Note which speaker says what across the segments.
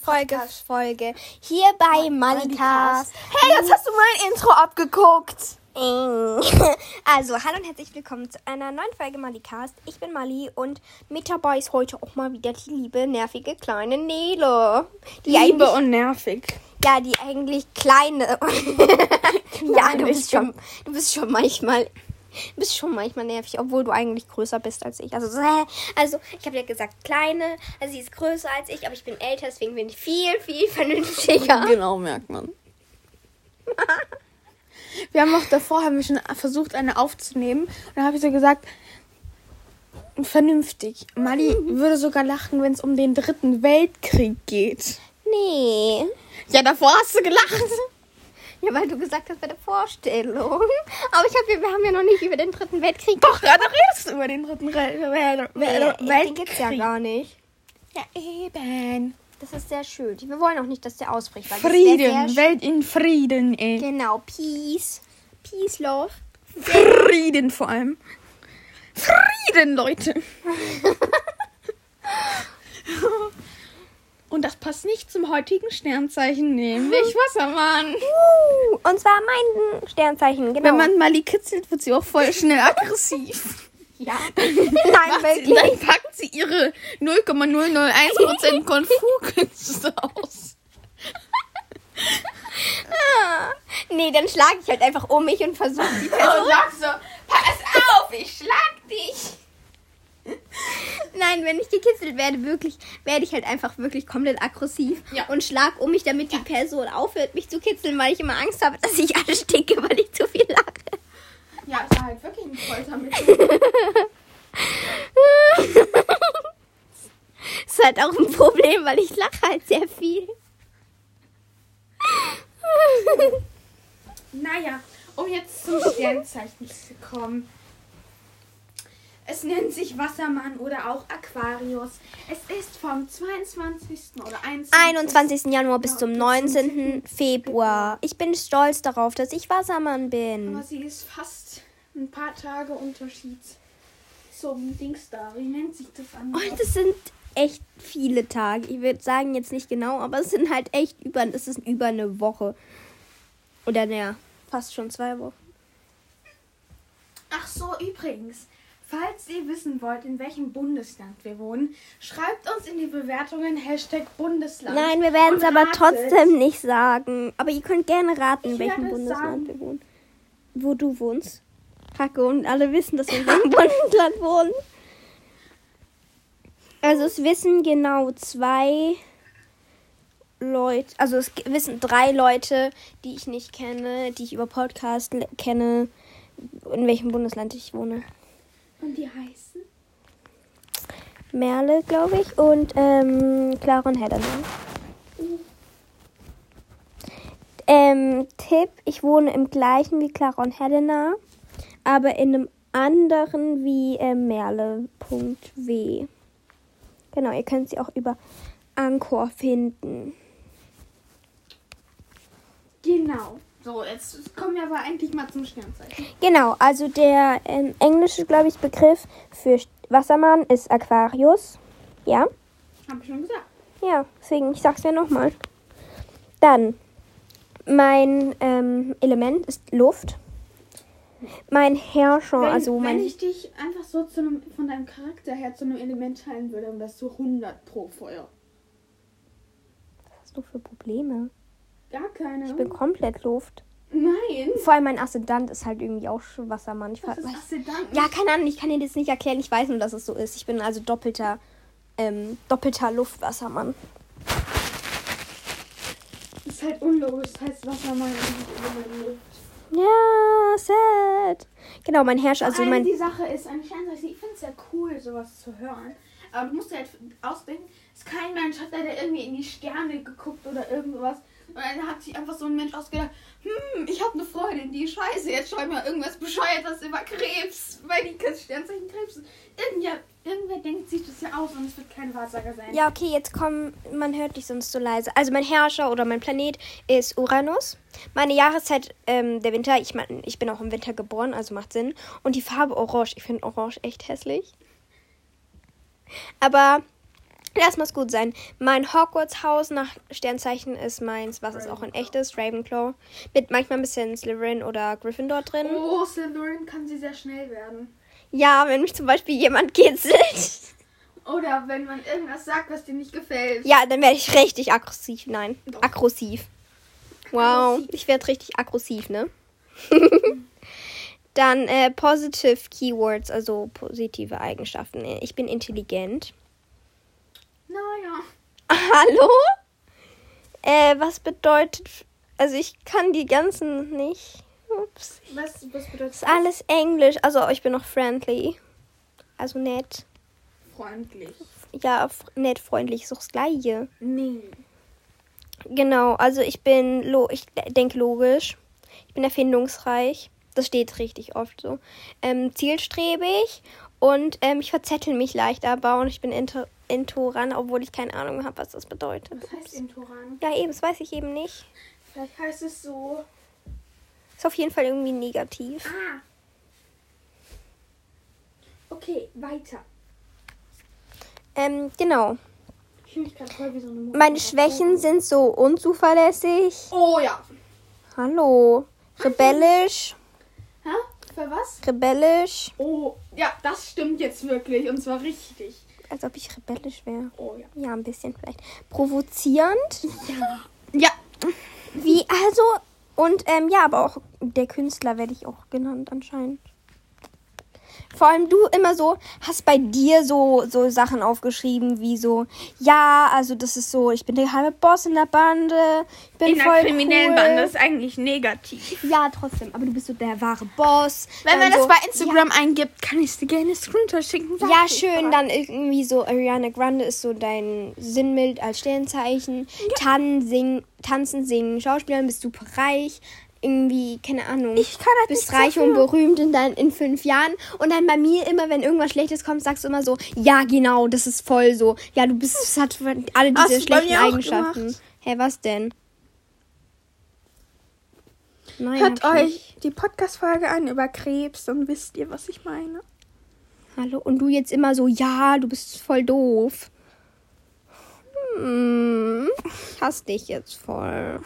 Speaker 1: Podcast-Folge hier bei Malikas.
Speaker 2: Hey, jetzt hast du mein Intro abgeguckt.
Speaker 1: Also, hallo und herzlich willkommen zu einer neuen Folge Malikast. Ich bin Mali und mit dabei ist heute auch mal wieder die liebe, nervige kleine Nele. Die
Speaker 2: Liebe
Speaker 1: eigentlich-
Speaker 2: und nervig.
Speaker 1: Ja, die eigentlich kleine. ja, du bist schon, du bist schon manchmal, du bist schon manchmal nervig, obwohl du eigentlich größer bist als ich. Also, so, hä? also ich habe ja gesagt kleine, also sie ist größer als ich, aber ich bin älter, deswegen bin ich viel, viel vernünftiger.
Speaker 2: Genau, merkt man. Wir haben auch davor haben wir schon versucht, eine aufzunehmen. Und dann habe ich so gesagt, vernünftig. Mali würde sogar lachen, wenn es um den dritten Weltkrieg geht.
Speaker 1: Nee.
Speaker 2: Ja, davor hast du gelacht.
Speaker 1: Ja, weil du gesagt hast bei der Vorstellung. Aber ich hab, ja- wir haben ja noch nicht über den dritten Weltkrieg.
Speaker 2: Doch, gerade redest du über den dritten Re Wel Wel
Speaker 1: Nee, Äh, den
Speaker 2: Weltkrieg.
Speaker 1: gibt's ja gar nicht.
Speaker 2: Ja, eben.
Speaker 1: Das ist sehr schön. Wir wollen auch nicht, dass der ausbricht. Weil Das
Speaker 2: Frieden,
Speaker 1: wär sehr
Speaker 2: Welt in Frieden, eh. ey.
Speaker 1: schön. genau, Peace. Peace, Love.
Speaker 2: Frieden vor allem. Frieden, Leute. Und das passt nicht zum heutigen Sternzeichen, nämlich Wassermann.
Speaker 1: Uh, und zwar mein Sternzeichen, genau.
Speaker 2: Wenn man Mali kitzelt, wird sie auch voll schnell aggressiv.
Speaker 1: ja.
Speaker 2: Macht
Speaker 1: Nein,
Speaker 2: sie, dann
Speaker 1: wirklich.
Speaker 2: packt sie ihre 0,001% Konfu-Künste aus.
Speaker 1: Nee, dann schlage ich halt einfach um mich und versuche die
Speaker 2: Und
Speaker 1: Person.
Speaker 2: sagt so, pass auf, ich schlag dich.
Speaker 1: Nein, wenn ich gekitzelt werde, wirklich, werde ich halt einfach wirklich komplett aggressiv
Speaker 2: Ja.
Speaker 1: und schlag um mich, damit die Person aufhört, mich zu kitzeln, weil ich immer Angst habe, dass ich ansticke, weil ich zu viel lache.
Speaker 2: Ja, es war halt wirklich ein Foltermittel.
Speaker 1: Ist halt auch ein Problem, weil ich lache halt sehr viel.
Speaker 2: Naja, um jetzt zum Sternzeichen zu kommen. Es nennt sich Wassermann oder auch Aquarius. Es ist vom 22. oder 21.
Speaker 1: 21. Januar bis zum 19. Februar. Ich bin stolz darauf, dass ich Wassermann
Speaker 2: Aber
Speaker 1: bin.
Speaker 2: sie ist fast ein paar Tage Unterschied zum Dings da. Wie nennt sich das an?
Speaker 1: Und es sind echt viele Tage. Ich würde sagen jetzt nicht genau, aber es sind halt echt über, es ist über eine Woche. Oder naja, fast schon zwei Wochen.
Speaker 2: Ach so, übrigens. Falls ihr wissen wollt, in welchem Bundesland wir wohnen, schreibt uns in die Bewertungen Hashtag Bundesland.
Speaker 1: Nein, wir werden es
Speaker 2: Und
Speaker 1: aber
Speaker 2: ratet.
Speaker 1: trotzdem nicht sagen. Aber ihr könnt gerne raten, in
Speaker 2: Ich
Speaker 1: welchem
Speaker 2: werde es
Speaker 1: Bundesland
Speaker 2: sagen.
Speaker 1: wir wohnen. Wo du wohnst. Kacke, und alle wissen, dass wir in einem Bundesland wohnen. Also es wissen genau zwei Leute, also es g- wissen drei Leute, die ich nicht kenne, die ich über Podcast le- kenne, in welchem Bundesland ich wohne.
Speaker 2: Und die heißen?
Speaker 1: Merle, glaube ich, und ähm, Clara und Helena. Ähm, Tipp, ich wohne im gleichen wie Clara und Helena, aber in einem anderen wie äh, Merle.w. Genau, ihr könnt sie auch über Anchor finden.
Speaker 2: Genau. So, jetzt kommen wir aber eigentlich mal zum Sternzeichen.
Speaker 1: Genau, also der ähm, englische, glaube ich, Begriff für St- Wassermann ist Aquarius. Ja?
Speaker 2: Hab ich schon gesagt.
Speaker 1: Ja, deswegen, ich sag's ja nochmal. Dann, mein ähm, Element ist Luft. Mein Herrscher,
Speaker 2: Wenn,
Speaker 1: also
Speaker 2: wenn
Speaker 1: mein.
Speaker 2: ich dich einfach so zu einem, von deinem Charakter her zu einem Element teilen würde, um dann wärst du 100 pro Feuer.
Speaker 1: was hast du für Probleme?
Speaker 2: Gar keine.
Speaker 1: Ich bin komplett Luft.
Speaker 2: Nein.
Speaker 1: Vor allem mein Aszendant ist halt irgendwie auch schon Wassermann. Ich
Speaker 2: Das
Speaker 1: weiß,
Speaker 2: ist Aszendant.
Speaker 1: ja, keine Ahnung, ich kann dir das nicht erklären. Ich weiß nur, dass es so ist. Ich bin also doppelter, ähm, doppelter Luftwassermann.
Speaker 2: Ist halt unlogisch. Das heißt Wassermann und nicht Luft.
Speaker 1: Ja, sad. Genau, mein Herrscher, also
Speaker 2: Vor allem
Speaker 1: mein.
Speaker 2: die Sache ist, ein Sternzeichen, ich finde es sehr cool, sowas zu hören. Aber du musst dir halt ausdenken, es ist kein Mensch hat da der irgendwie in die Sterne geguckt oder irgendwas. Und dann hat sich einfach so ein Mensch ausgedacht, hm, ich habe eine Freundin, die ist scheiße, jetzt schau ich mal irgendwas Bescheuertes über Krebs, weil die Krebs- Sternzeichen Krebs sind. Irgendwer, irgendwer denkt sich das ja aus und es wird kein Wahrsager sein.
Speaker 1: Ja, okay, jetzt komm, man hört dich sonst so leise. Also mein Herrscher oder mein Planet ist Uranus. Meine Jahreszeit, ähm, der Winter, ich mein, ich bin auch im Winter geboren, also macht Sinn. Und die Farbe Orange, ich finde Orange echt hässlich. Aber Das muss gut sein. Mein Hogwarts-Haus nach Sternzeichen ist meins, was ist auch ein
Speaker 2: Ravenclaw.
Speaker 1: echtes, Ravenclaw. Mit manchmal ein bisschen Slytherin oder Gryffindor drin.
Speaker 2: Oh, Slytherin kann sie sehr schnell werden.
Speaker 1: Ja, wenn mich zum Beispiel jemand kitzelt.
Speaker 2: Oder wenn man irgendwas sagt, was dir nicht gefällt.
Speaker 1: Ja, dann werde ich richtig aggressiv. Nein,
Speaker 2: Doch.
Speaker 1: aggressiv. Wow,
Speaker 2: Aggressiv.
Speaker 1: ich werde richtig aggressiv, ne? dann äh, positive Keywords, also positive Eigenschaften. Äh, Ich bin intelligent.
Speaker 2: Naja.
Speaker 1: Hallo? Äh, was bedeutet. Also, ich kann die ganzen nicht. Ups.
Speaker 2: Was, was bedeutet
Speaker 1: Ist alles Englisch. Also, ich bin noch friendly. Also nett.
Speaker 2: freundlich?
Speaker 1: Ja, f- nett, freundlich, so das Gleiche.
Speaker 2: Nee.
Speaker 1: Genau, also ich bin, lo ich denke logisch. Ich bin erfindungsreich. Das steht richtig oft so. Ähm, zielstrebig und ähm, ich verzettel mich leicht, aber und ich bin inter- intolerant, obwohl ich keine Ahnung habe, was das bedeutet.
Speaker 2: Was heißt intolerant?
Speaker 1: Ja, eben, das weiß ich eben nicht.
Speaker 2: Vielleicht heißt es so.
Speaker 1: Ist auf jeden Fall irgendwie negativ.
Speaker 2: Ah. Okay, weiter.
Speaker 1: Ähm, genau.
Speaker 2: Ich fühle mich gerade voll wie so eine Mutter.
Speaker 1: Meine Schwächen sind so unzuverlässig.
Speaker 2: Oh ja.
Speaker 1: Hallo. Rebellisch.
Speaker 2: Hä? Für was?
Speaker 1: Rebellisch.
Speaker 2: Oh, ja, das stimmt jetzt wirklich. Und zwar richtig.
Speaker 1: Als ob ich rebellisch wäre.
Speaker 2: Oh ja.
Speaker 1: Ja, ein bisschen vielleicht. Provozierend.
Speaker 2: Ja.
Speaker 1: Wie, also, und ähm, ja, aber auch der Künstler werde ich auch genannt anscheinend. Vor allem du immer so, hast bei dir so, so Sachen aufgeschrieben, wie so, ja, also das ist so, ich bin der halbe Boss in der Bande, ich bin
Speaker 2: In
Speaker 1: voll
Speaker 2: der kriminellen
Speaker 1: cool.
Speaker 2: Bande ist eigentlich negativ. Also,
Speaker 1: Ja, trotzdem, aber du bist so der wahre Boss.
Speaker 2: Wenn
Speaker 1: Dann
Speaker 2: man das
Speaker 1: so,
Speaker 2: bei Instagram eingibt, kann ich dir gerne Screenshot schicken. Sag
Speaker 1: Ja,
Speaker 2: ich
Speaker 1: schön,
Speaker 2: mal.
Speaker 1: dann irgendwie so Ariana Grande ist so dein Sinnbild als Sternzeichen. Tan, sing, tanzen, singen, Schauspielern, bist super reich. Irgendwie, keine Ahnung.
Speaker 2: Ich kann halt
Speaker 1: bist
Speaker 2: nichts
Speaker 1: reich und
Speaker 2: dafür.
Speaker 1: berühmt in, dein, in fünf Jahren. Und dann bei mir immer, wenn irgendwas Schlechtes kommt, sagst du immer so, ja, genau, das ist voll so. Ja, du bist, es hat alle
Speaker 2: Hast
Speaker 1: diese
Speaker 2: du bei
Speaker 1: schlechten
Speaker 2: mir auch
Speaker 1: Eigenschaften. Hä,
Speaker 2: gemacht?
Speaker 1: hey, was denn? Nein,
Speaker 2: Hört
Speaker 1: hab ich nicht.
Speaker 2: euch die Podcast-Folge an über Krebs, dann wisst ihr, was ich meine.
Speaker 1: Hallo, und du jetzt immer so, ja, du bist voll doof. Hm, ich hasse dich jetzt voll.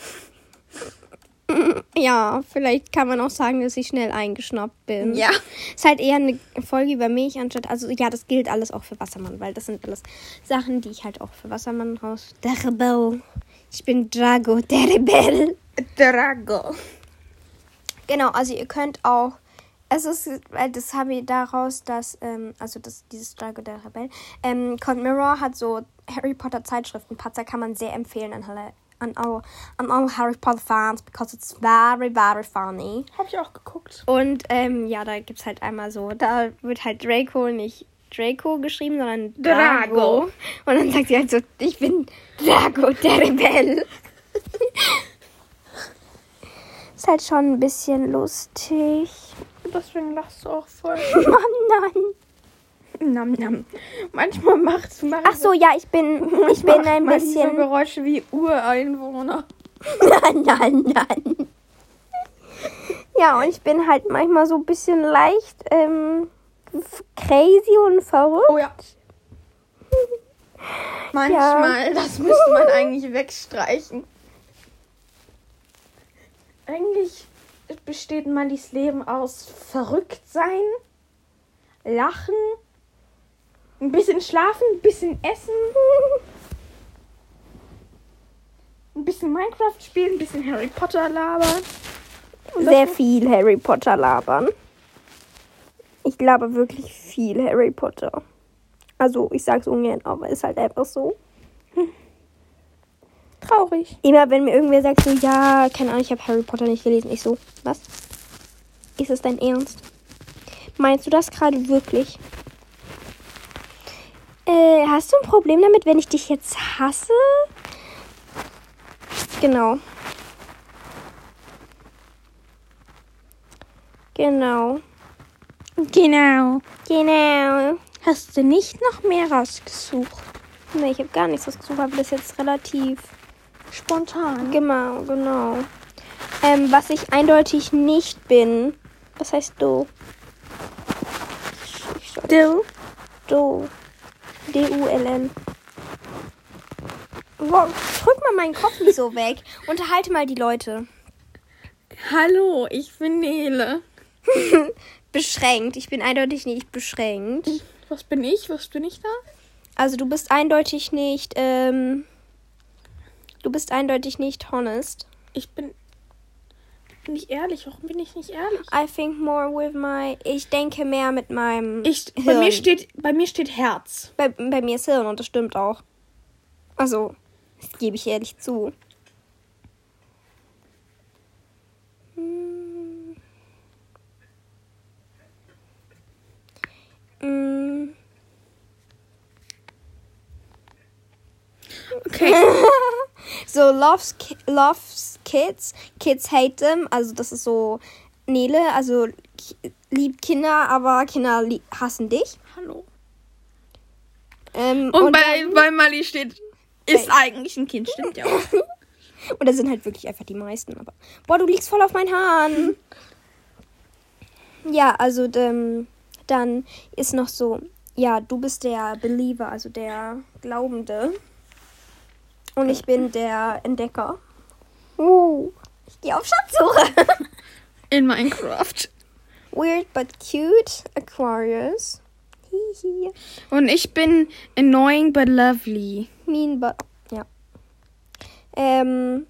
Speaker 1: Hm, Ja, vielleicht kann man auch sagen, dass ich schnell eingeschnappt bin.
Speaker 2: Ja.
Speaker 1: Ist halt eher eine Folge über mich anstatt. Also, ja, das gilt alles auch für Wassermann, weil das sind alles Sachen, die ich halt auch für Wassermann raus. Der Rebell. Ich bin Drago, der Rebell.
Speaker 2: Drago.
Speaker 1: Genau, also ihr könnt auch. Es ist, weil das habe ich daraus, dass, ähm, also das, dieses Drago der Rebell. Ähm, Cold Mirror hat so Harry Potter Zeitschriftenpatzer, kann man sehr empfehlen an, alle, an, all, an all Harry Potter Fans, because it's very, very funny.
Speaker 2: Hab ich auch geguckt.
Speaker 1: Und ähm, ja, da gibt's halt einmal so, da wird halt Draco nicht Draco geschrieben, sondern Drago.
Speaker 2: Drago.
Speaker 1: Und dann sagt sie halt so, ich bin Drago, der Rebell. Ist halt schon ein bisschen lustig.
Speaker 2: Deswegen lachst du auch voll.
Speaker 1: Mann, nein.
Speaker 2: nam, nam. Manchmal machst du mach
Speaker 1: Ach so, ja, ich bin, ich bin ein bisschen.
Speaker 2: Geräusche wie Ureinwohner.
Speaker 1: Nein, nein, nein. Ja, und ich bin halt manchmal so ein bisschen leicht ähm, f- crazy und verrückt.
Speaker 2: Oh ja. Manchmal, das müsste man eigentlich wegstreichen. Eigentlich besteht Mallis Leben aus verrückt sein, lachen, ein bisschen schlafen, ein bisschen essen, ein bisschen Minecraft spielen, ein bisschen Harry Potter labern.
Speaker 1: Sehr viel Harry Potter labern. Ich laber wirklich viel Harry Potter. Also, ich sag's ungern, aber ist halt einfach so.
Speaker 2: Traurig.
Speaker 1: Immer wenn mir irgendwer sagt, so, ja, keine Ahnung, ich habe Harry Potter nicht gelesen. Ich so, was? Ist es dein Ernst? Meinst du das gerade wirklich? Äh, hast du ein Problem damit, wenn ich dich jetzt hasse? Genau. Genau.
Speaker 2: Genau.
Speaker 1: Genau.
Speaker 2: Hast du nicht noch mehr rausgesucht?
Speaker 1: Nee, ich habe gar nichts ausgesucht, aber das ist jetzt relativ.
Speaker 2: Spontan.
Speaker 1: Genau, genau. Ähm, was ich eindeutig nicht bin. Was heißt du? Ich- ich-
Speaker 2: Du?
Speaker 1: Du. D-U-L-N. Wow, drück mal meinen Kopf nicht so weg. Unterhalte mal die Leute.
Speaker 2: Hallo, ich bin Nele.
Speaker 1: Beschränkt. Ich bin eindeutig nicht beschränkt.
Speaker 2: Was bin ich? Was bin ich da?
Speaker 1: Also du bist eindeutig nicht, ähm, du bist eindeutig nicht honest.
Speaker 2: Ich bin nicht ehrlich. Warum bin ich nicht ehrlich?
Speaker 1: I think more with my, ich denke mehr mit meinem
Speaker 2: Ich, bei,
Speaker 1: Hirn.
Speaker 2: mir steht, bei mir steht Herz.
Speaker 1: bei, bei mir ist Hirn und das stimmt auch. Also, das gebe ich ehrlich zu. Hm. Hm.
Speaker 2: Okay.
Speaker 1: So, loves, ki loves Kids, Kids hate them. Also, das ist so Nele, also ki- liebt Kinder, aber Kinder lie- hassen dich.
Speaker 2: Hallo.
Speaker 1: Ähm,
Speaker 2: Und, bei,
Speaker 1: dann-
Speaker 2: bei Mali steht, ist eigentlich ein Kind, stimmt ja auch.
Speaker 1: Und da sind halt wirklich einfach die meisten. Aber boah, du liegst voll auf meinen Haaren. ja, also ähm, dann ist noch so, ja, du bist der Believer, also der Glaubende. Und ich bin der Entdecker. Uh, ich gehe auf Schatzsuche.
Speaker 2: In Minecraft.
Speaker 1: Weird but cute Aquarius. Hihi.
Speaker 2: Und ich bin annoying but lovely.
Speaker 1: Mean but. Ja. Ähm.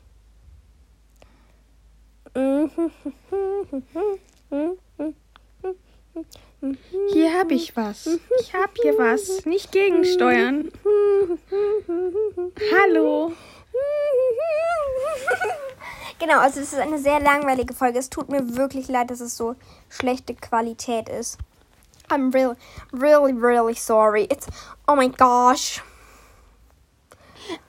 Speaker 2: Hier habe ich was. Ich habe hier was. Nicht gegensteuern. Mhm. Hallo.
Speaker 1: Genau, also es ist eine sehr langweilige Folge. Es tut mir wirklich leid, dass es so schlechte Qualität ist. I'm really, really, really sorry. It's, oh my gosh.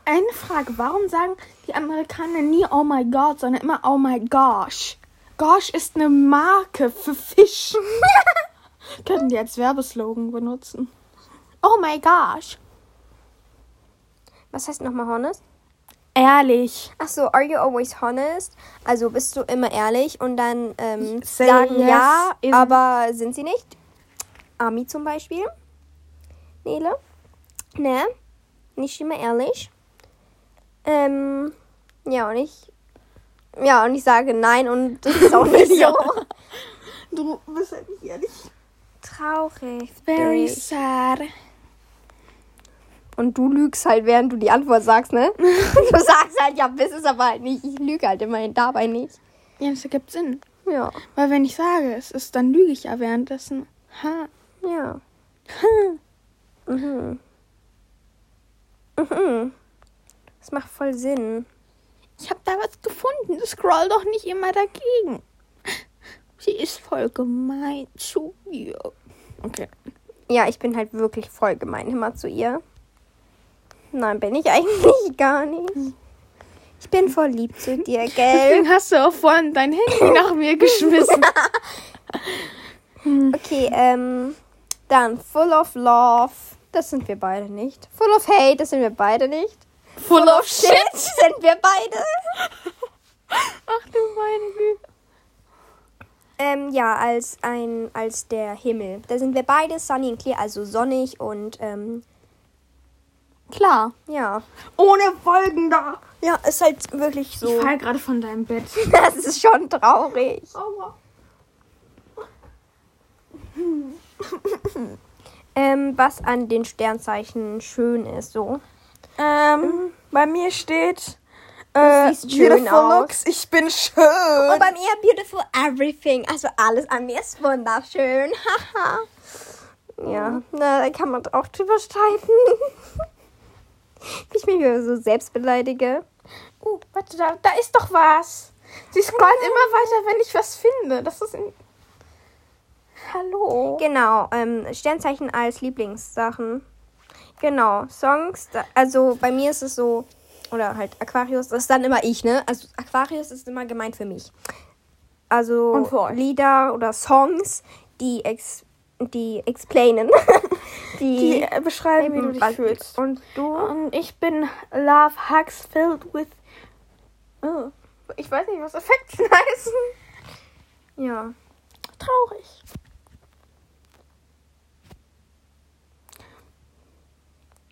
Speaker 2: Eine Frage, warum sagen die Amerikaner nie oh my god, sondern immer oh my gosh? Gosh ist eine Marke für Fisch. Könnten die als Werbeslogan benutzen. Oh my gosh.
Speaker 1: Was heißt nochmal honest?
Speaker 2: Ehrlich.
Speaker 1: Ach so, are you always honest? Also bist du immer ehrlich und dann ähm,
Speaker 2: Say
Speaker 1: sagen
Speaker 2: yes,
Speaker 1: ja,
Speaker 2: isn't-
Speaker 1: aber sind sie nicht? Ami zum Beispiel. Nele. Ne? Nicht immer ehrlich. Ähm, ja, und ich. Ja, und ich sage nein und das ist auch nicht so.
Speaker 2: Du bist ja nicht ehrlich.
Speaker 1: Traurig.
Speaker 2: Very
Speaker 1: Dich.
Speaker 2: sad.
Speaker 1: Und du lügst halt, während du die Antwort sagst, ne? du sagst halt, ja, bist es aber halt nicht. Ich lüge halt immerhin dabei nicht.
Speaker 2: Ja, das ergibt Sinn.
Speaker 1: Ja,
Speaker 2: Weil wenn ich sage, es ist, dann lüge ich ja währenddessen. Ha.
Speaker 1: ja.
Speaker 2: Ha.
Speaker 1: Mhm. Mhm. Das macht voll Sinn.
Speaker 2: Ich habe da was gefunden. Scroll doch nicht immer dagegen. Sie ist voll gemein zu mir. Okay.
Speaker 1: Ja, ich bin halt wirklich voll gemein immer zu ihr. Nein, bin ich eigentlich gar nicht. Ich bin voll lieb zu dir, gell?
Speaker 2: Deswegen hast du auch vorhin dein Handy nach mir geschmissen.
Speaker 1: Okay, ähm, dann Full of Love. Das sind wir beide nicht. Full of Hate, das sind wir beide nicht.
Speaker 2: Full of shit.
Speaker 1: sind wir beide.
Speaker 2: Ach du meine Güte.
Speaker 1: Ähm, ja, als ein, als der Himmel. Da sind wir beide sunny und clear, also sonnig und, ähm,
Speaker 2: Klar.
Speaker 1: ja.
Speaker 2: Ohne Folgen da.
Speaker 1: Ja, ist halt wirklich
Speaker 2: Ich
Speaker 1: so.
Speaker 2: fall gerade von deinem Bett.
Speaker 1: Das ist schon traurig.
Speaker 2: Aua.
Speaker 1: Ähm, was an den Sternzeichen schön ist, so.
Speaker 2: Ähm, bei mir steht.
Speaker 1: äh, siehst schön beautiful aus. looks,
Speaker 2: ich bin schön.
Speaker 1: Und bei mir beautiful everything. Also alles an mir ist wunderschön. Haha. ja, na, da kann man auch drüber streiten. Wie ich mich wieder so selbst beleidige.
Speaker 2: Uh, warte, da, da ist doch was. Sie scrollt immer weiter, wenn ich was finde. Das ist in. Hallo.
Speaker 1: Genau, ähm, Sternzeichen als Lieblingssachen. Genau, Songs, da, also bei mir ist es so, oder halt Aquarius, das ist dann immer ich, ne? Also Aquarius ist immer gemeint für mich. Also
Speaker 2: Und für euch.
Speaker 1: Lieder oder Songs, die, ex, die explainen.
Speaker 2: Die
Speaker 1: die, ähm,
Speaker 2: äh, beschreiben, wie du dich
Speaker 1: was-
Speaker 2: fühlst.
Speaker 1: Und du?
Speaker 2: Und Ähm, ich bin Love Hugs filled with. Oh, ich weiß nicht, was Affection heißt.
Speaker 1: Ja.
Speaker 2: Traurig.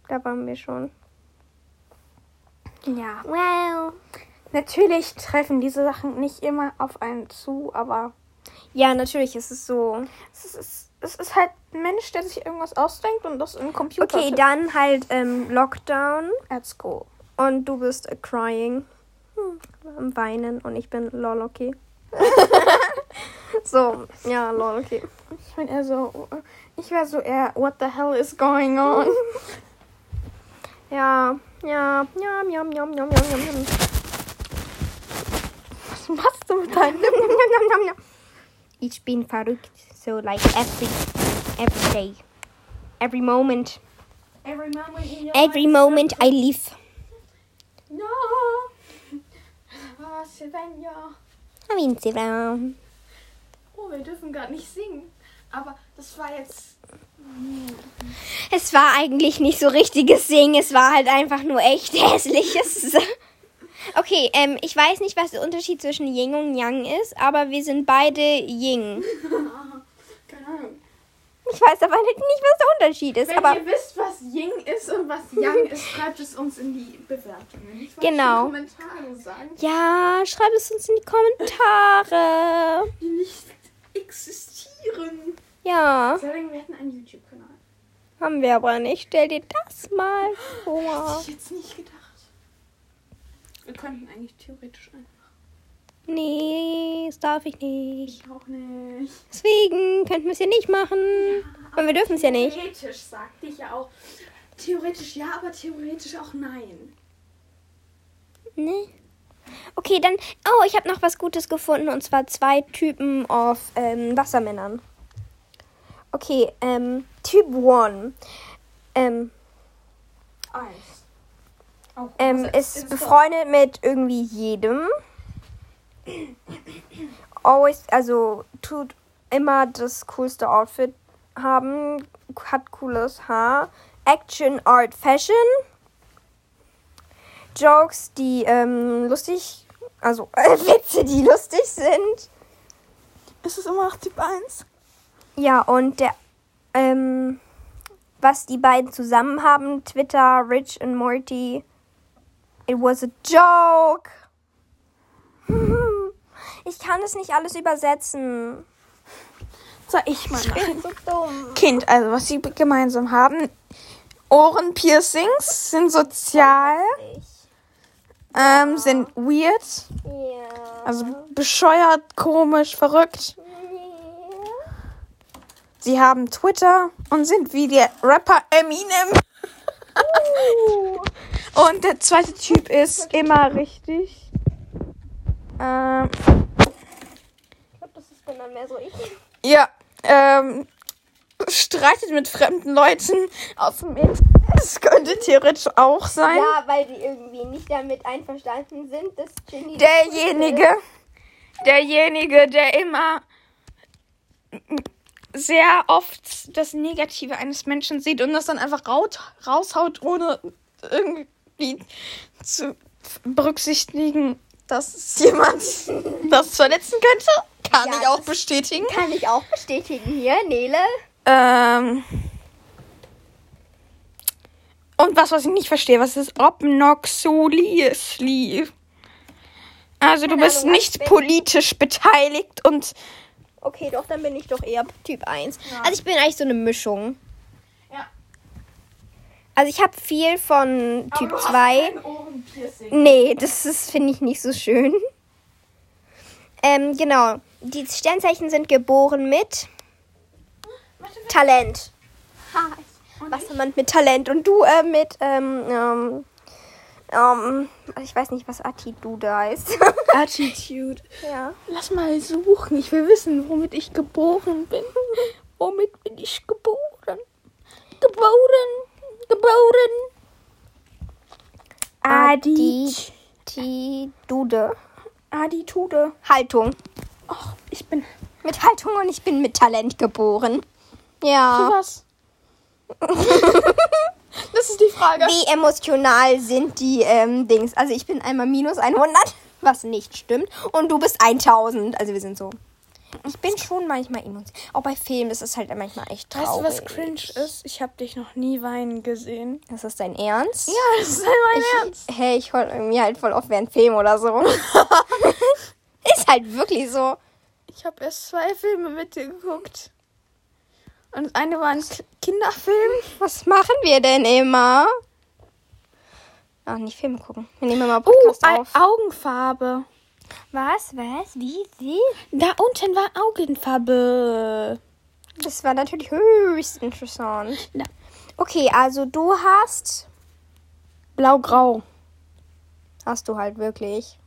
Speaker 1: Da waren wir schon. Ja. Wow.
Speaker 2: Natürlich treffen diese Sachen nicht immer auf einen zu, aber
Speaker 1: Ja, natürlich ist es so.
Speaker 2: es ist, es ist halt ein Mensch, der sich irgendwas ausdenkt und das in den Computer
Speaker 1: Okay,
Speaker 2: tippt.
Speaker 1: dann halt ähm, Lockdown
Speaker 2: Let's go.
Speaker 1: und du bist äh, crying. Hm, am Weinen und ich bin lol okay. so, ja, lol okay.
Speaker 2: Ich bin eher so, ich wäre so eher, what the hell is going on?
Speaker 1: Ja, ja, ja, ja, ja, ja, ja, ja, ja.
Speaker 2: Was machst du mit deinem?
Speaker 1: Ich bin verrückt. So like every every day. Every moment.
Speaker 3: Every moment in your
Speaker 1: Every
Speaker 3: life.
Speaker 1: moment I live.
Speaker 3: No. Was, wenn ja.
Speaker 1: Winzerraum.
Speaker 3: Oh, wir dürfen gar nicht singen. Aber das war jetzt.
Speaker 1: Es war eigentlich nicht so richtiges Singen, es war halt einfach nur echt hässliches. Okay, ähm, ich weiß nicht, was der Unterschied zwischen Ying und Yang ist, aber wir sind beide Ying.
Speaker 3: Keine Ahnung.
Speaker 1: Ich weiß aber halt nicht, was der Unterschied ist,
Speaker 3: Wenn
Speaker 1: aber
Speaker 3: ihr wisst, was Ying ist und was Yang ist, schreibt es uns in die Bewertungen. Ich wollte
Speaker 1: Genau.
Speaker 3: schon Kommentare sagen,
Speaker 1: ja, schreibt es uns in die Kommentare.
Speaker 3: die nicht existieren.
Speaker 1: Ja,
Speaker 3: Sagen, wir hätten einen YouTube-Kanal.
Speaker 1: haben wir aber nicht. Stell dir das mal
Speaker 3: Hätte
Speaker 1: vor.
Speaker 3: ich jetzt nicht gedacht. Wir könnten eigentlich theoretisch einen.
Speaker 1: Nee, das darf ich nicht.
Speaker 3: Ich auch nicht.
Speaker 1: Deswegen könnten wir es ja nicht machen. Und wir dürfen es ja nicht.
Speaker 3: Theoretisch sagte ich ja auch. Theoretisch ja, aber theoretisch auch nein.
Speaker 1: Nee. Okay, dann. Oh, ich habe noch was Gutes gefunden und zwar zwei Typen auf ähm, Wassermännern. Okay, ähm, Typ 1 ähm,
Speaker 3: Eins. Auch
Speaker 1: ähm,
Speaker 3: also
Speaker 1: ist
Speaker 3: ins-
Speaker 1: befreundet mit irgendwie jedem. Always, also tut immer das coolste Outfit haben, hat cooles Haar. Action, Art, Fashion. Jokes, die ähm, lustig, also Witze, die lustig sind.
Speaker 2: Ist es immer noch Typ 1?
Speaker 1: Ja, und der, ähm, was die beiden zusammen haben, Twitter, Rich und Morty. It was a joke. Hm, Ich kann es nicht alles übersetzen.
Speaker 2: Soll ich mal nach.
Speaker 1: So dumm.
Speaker 2: Kind, also was sie gemeinsam haben. Ohrenpiercings sind sozial, ähm, sind weird,
Speaker 1: Ja.
Speaker 2: also bescheuert, komisch, verrückt. Sie haben Twitter und sind wie der Rapper Eminem. und der zweite Typ ist immer richtig. Ähm,
Speaker 1: Ich glaube, das ist dann mehr so ich.
Speaker 2: ja, ähm, streitet mit fremden Leuten aus dem Internet. Das könnte theoretisch auch sein.
Speaker 1: Ja, weil die irgendwie nicht damit einverstanden sind, dass Ginny.
Speaker 2: derjenige, derjenige, der immer sehr oft das Negative eines Menschen sieht und das dann einfach raut, raushaut, ohne irgendwie zu berücksichtigen, dass es jemand das verletzen könnte. Kann
Speaker 1: Ja,
Speaker 2: ich auch
Speaker 1: das-
Speaker 2: bestätigen.
Speaker 1: Kann ich auch bestätigen hier, Nele.
Speaker 2: Ähm. Und was, was ich nicht verstehe, was ist obnoxoliously? Also du
Speaker 1: Keine
Speaker 2: bist
Speaker 1: Ahnung,
Speaker 2: nicht
Speaker 1: ich bin-
Speaker 2: politisch beteiligt und
Speaker 1: Okay, doch, dann bin ich doch eher Typ 1. Also ich bin eigentlich so eine Mischung.
Speaker 3: Ja.
Speaker 1: Also ich habe viel von
Speaker 3: Aber
Speaker 1: Typ
Speaker 3: du hast
Speaker 1: 2.
Speaker 3: kein Ohrenpiercing.
Speaker 1: Nee, das ist finde ich nicht so schön. Ähm, genau. Die Sternzeichen sind geboren mit
Speaker 3: Warte, warte.
Speaker 1: Talent.
Speaker 3: Und ich-
Speaker 1: Wassermann mit Talent und du äh, mit, ähm, ähm, ähm, ich weiß nicht, was Attitude heißt.
Speaker 2: Attitude.
Speaker 1: ja.
Speaker 2: Lass mal suchen. Ich will wissen, womit ich geboren bin. Womit bin ich geboren? Geboren. Geboren. Adi.
Speaker 1: Attitude.
Speaker 2: Attitude.
Speaker 1: Haltung.
Speaker 2: Och, ich bin.
Speaker 1: Mit Haltung und ich bin mit Talent geboren.
Speaker 2: Für
Speaker 1: Ja.
Speaker 2: was? das ist die Frage.
Speaker 1: Wie emotional sind die ähm, Dings? Also ich bin einmal minus 100, was nicht stimmt. Und du bist 1000. Also wir sind so. Ich bin schon manchmal emotional. Auch bei Filmen ist es halt manchmal echt
Speaker 2: Weißt du,
Speaker 1: traurig.
Speaker 2: was cringe ist? Ich habe dich noch nie weinen gesehen.
Speaker 1: Ist das dein Ernst?
Speaker 2: das ist mein
Speaker 1: Ich, hey, ich heul mir halt voll oft während Film oder so. ist halt wirklich so.
Speaker 2: Ich habe erst zwei Filme mit dir geguckt. Und eine war ein K- Kinderfilm.
Speaker 1: Was machen wir denn immer? Ach, nicht Filme gucken. Wir nehmen immer
Speaker 2: Uh,
Speaker 1: Podcast
Speaker 2: Ei-
Speaker 1: auf.
Speaker 2: Augenfarbe.
Speaker 1: Was, was, wie, wie?
Speaker 2: Da unten war Augenfarbe.
Speaker 1: Das war natürlich höchst interessant.
Speaker 2: Ja.
Speaker 1: Okay, also du hast.
Speaker 2: Blau-grau.
Speaker 1: Hast du halt wirklich.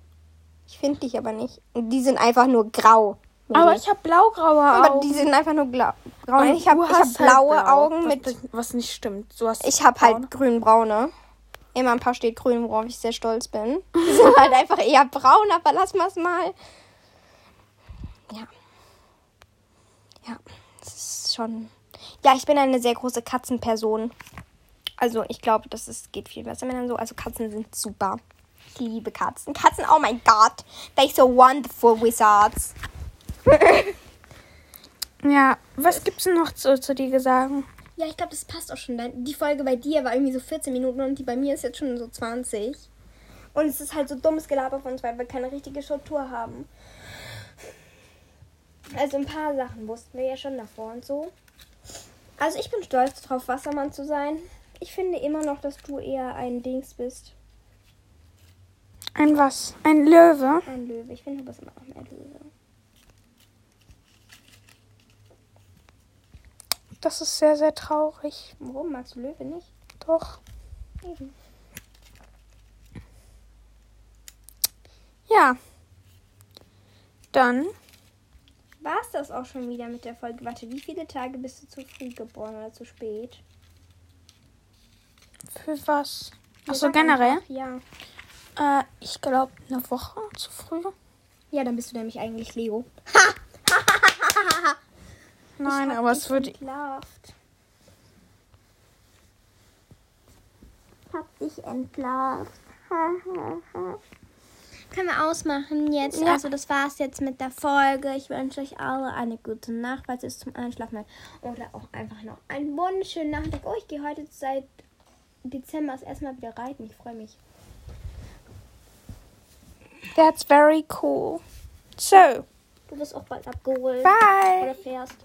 Speaker 1: Ich finde dich aber nicht. Und Die sind einfach nur grau.
Speaker 2: Aber ich habe blau-graue
Speaker 1: Aber
Speaker 2: Augen.
Speaker 1: die sind einfach nur glau. grau.
Speaker 2: Und
Speaker 1: Ich habe
Speaker 2: du
Speaker 1: hab
Speaker 2: hast halt
Speaker 1: blaue
Speaker 2: blau,
Speaker 1: Augen
Speaker 2: was,
Speaker 1: mit.
Speaker 2: nicht- Was nicht stimmt. Du hast
Speaker 1: Ich habe
Speaker 2: braune.
Speaker 1: halt grün-braune. Immer ein paar steht grün, worauf ich sehr stolz bin. Die sind halt einfach eher braun, aber lass mal's mal. Ja. Ja, das ist schon. Ja, ich bin eine sehr große Katzenperson. Also ich glaube, das ist, geht viel besser Männern so. Also Katzen sind super. Ich liebe Katzen. Katzen, oh mein Gott. They so wonderful wizards.
Speaker 2: Ja, was gibt's denn noch zu, zu dir sagen?
Speaker 1: Ja, ich glaube, das passt auch schon. Dein- Die Folge bei dir war irgendwie so 14 Minuten und die bei mir ist jetzt schon so 20. Und es ist halt so dummes Gelaber von uns, weil wir keine richtige Struktur haben. Also ein paar Sachen wussten wir ja schon davor und so. Also ich bin stolz drauf, Wassermann zu sein. Ich finde immer noch, dass du eher ein Dings bist.
Speaker 2: Ein was? Ein Löwe?
Speaker 1: Ein Löwe. Ich finde, du bist immer noch mehr Löwe.
Speaker 2: Das ist sehr, sehr traurig.
Speaker 1: Warum magst du Löwe nicht?
Speaker 2: Doch.
Speaker 1: Eben.
Speaker 2: Ja. Dann.
Speaker 1: War es das auch schon wieder mit der Folge? Warte, wie viele Tage bist du zu früh geboren oder zu spät?
Speaker 2: Für was?
Speaker 1: Ja,
Speaker 2: Achso,
Speaker 1: sag
Speaker 2: generell?
Speaker 1: einfach, Ja.
Speaker 2: Äh, ich glaube, eine Woche zu früh.
Speaker 1: Ja, dann bist du nämlich eigentlich Leo.
Speaker 2: Nein,
Speaker 1: Ich hab
Speaker 2: aber
Speaker 1: dich
Speaker 2: es wird.
Speaker 1: Entlarvt. Hab dich entlarvt. Können wir ausmachen jetzt?
Speaker 2: Ja.
Speaker 1: Also, das war's jetzt mit der Folge. Ich wünsche euch alle eine gute Nacht, falls ihr es zum Einschlafen habt. Oder auch einfach noch einen wunderschönen Nachmittag. Oh, ich gehe heute seit Dezember das erste Mal wieder reiten. Ich freue mich.
Speaker 2: That's very cool. So,
Speaker 1: Du wirst auch bald abgeholt.
Speaker 2: bye.
Speaker 1: Oder fährst.